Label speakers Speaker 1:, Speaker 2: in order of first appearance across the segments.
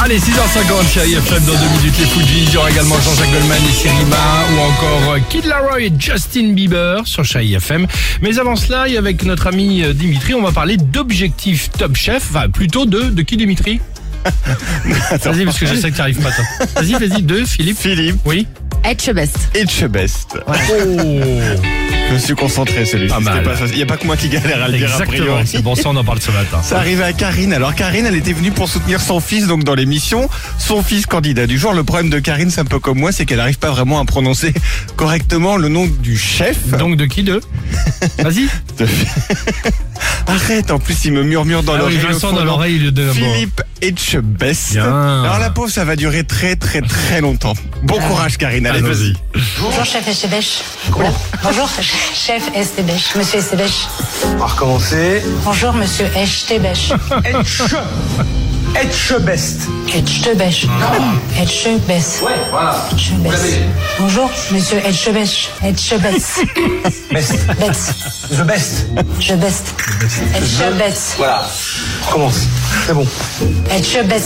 Speaker 1: Allez, 6h50, chérie FM, dans deux minutes, les Fuji. Il y aura également Jean-Jacques Goldman et Sirima, ou encore euh, Kid Laroi et Justin Bieber sur Chérie FM. Mais avant cela, et avec notre ami euh, Dimitri, on va parler d'objectifs top chef, enfin, plutôt de, de qui, Dimitri? Vas-y, parce que je sais que t'arrives pas, toi. Vas-y, vas-y, de Philippe.
Speaker 2: Philippe
Speaker 1: Oui.
Speaker 3: Etchebest.
Speaker 2: Etchebest.
Speaker 1: Oh.
Speaker 2: Je me suis concentré celui-ci.
Speaker 1: Pas
Speaker 2: c'était
Speaker 1: mal.
Speaker 2: pas facile. Il n'y a pas que moi qui galère à le dire a
Speaker 1: Exactement,
Speaker 2: priori.
Speaker 1: c'est bon, ça on en parle ce matin.
Speaker 2: Ça arrivait à Karine. Alors Karine, elle était venue pour soutenir son fils donc dans l'émission. Son fils candidat du jour. Le problème de Karine, c'est un peu comme moi, c'est qu'elle n'arrive pas vraiment à prononcer correctement le nom du chef.
Speaker 1: Donc de qui de Vas-y.
Speaker 2: Arrête, en plus il me murmure dans
Speaker 1: Ah oui,
Speaker 2: l'oreille.
Speaker 1: je le
Speaker 2: au
Speaker 1: sens
Speaker 2: fond
Speaker 1: dans
Speaker 2: de-
Speaker 1: l'oreille le de
Speaker 2: Philippe Etchebest.
Speaker 1: Bien.
Speaker 2: Alors la pauvre, ça va durer très très très longtemps. Bon
Speaker 3: Ah.
Speaker 2: courage Karine, allez
Speaker 1: Allons-y.
Speaker 2: vas-y.
Speaker 4: Bonjour chef Estébèche. Oula. Bonjour chef Estébèche. Monsieur Estébèche.
Speaker 5: On va recommencer.
Speaker 4: Bonjour monsieur Estébèche.
Speaker 5: Etche. Etchebest.
Speaker 4: Etchebèche. Etchebèche.
Speaker 5: Mm. Ouais, voilà.
Speaker 4: Etchebèche. Bonjour monsieur Etchebèche. Etchebèche.
Speaker 5: Best.
Speaker 4: Bête.
Speaker 5: The best.
Speaker 4: Je best. Etchebèche.
Speaker 5: Voilà. On recommence. C'est bon.
Speaker 4: Etchebèche.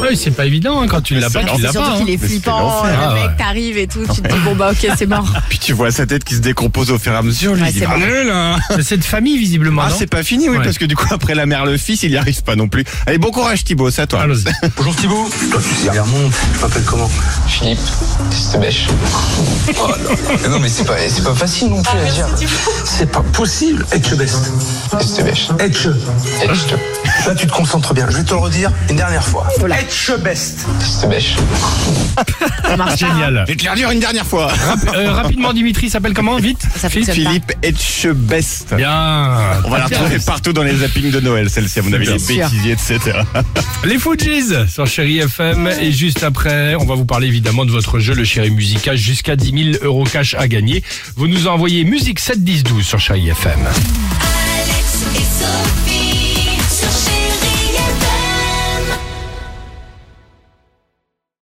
Speaker 1: Oui, c'est pas évident hein, quand tu l'as pas, tu l'as
Speaker 3: Surtout
Speaker 1: pas.
Speaker 3: qu'il
Speaker 1: hein.
Speaker 3: est
Speaker 2: Mais c'est
Speaker 3: flippant,
Speaker 2: l'enfer.
Speaker 3: euh,
Speaker 1: Ah
Speaker 3: le
Speaker 1: ouais.
Speaker 3: mec t'arrive et tout, tu te dis bon bah ok c'est mort.
Speaker 2: Ah, Puis tu vois sa tête qui se décompose au fur et à mesure. Lui,
Speaker 3: Ouais,
Speaker 2: il dit,
Speaker 3: c'est
Speaker 2: bah,
Speaker 3: bon.
Speaker 2: nul, hein.
Speaker 1: Mais C'est de famille visiblement.
Speaker 2: Ah,
Speaker 1: non
Speaker 2: c'est pas fini, oui,
Speaker 1: Ouais.
Speaker 2: parce que du coup, après la mère, le fils, il n'y arrive pas non plus. Allez, bon courage, Thibaut, c'est à toi.
Speaker 1: Allons-y.
Speaker 5: Bonjour Thibaut. Toi tu sais. Remonte. Je m'appelle comment
Speaker 6: Philippe, c'est bêche. Oh là là. Non mais c'est pas, c'est pas facile non plus à dire.
Speaker 5: C'est pas possible. Etchebest.
Speaker 6: C'est bêche.
Speaker 5: Etche. Là tu te concentres bien. Je vais te le redire une dernière fois. Etchebest.
Speaker 6: C'est bêche.
Speaker 1: Génial.
Speaker 2: Je vais te le redire une dernière fois.
Speaker 1: Euh, rapidement, Dimitri s'appelle comment Vite.
Speaker 3: Ça
Speaker 1: Philippe.
Speaker 3: fonctionne Ah, pas. Ah,
Speaker 2: Philippe Etchebest.
Speaker 1: Bien.
Speaker 2: On va la retrouver partout dans les zappings de Noël, celle-ci, à mon avis, les
Speaker 3: sûr.
Speaker 2: bêtisiers, etc.
Speaker 1: Les Fujis sur Chéri FM. Et juste après, on va vous parler évidemment de votre jeu, le Chéri Musica, jusqu'à 10 000 euros cash à gagner. Vous nous envoyez musique 7 10 12 sur Chéri FM.
Speaker 7: Alex et Sophie.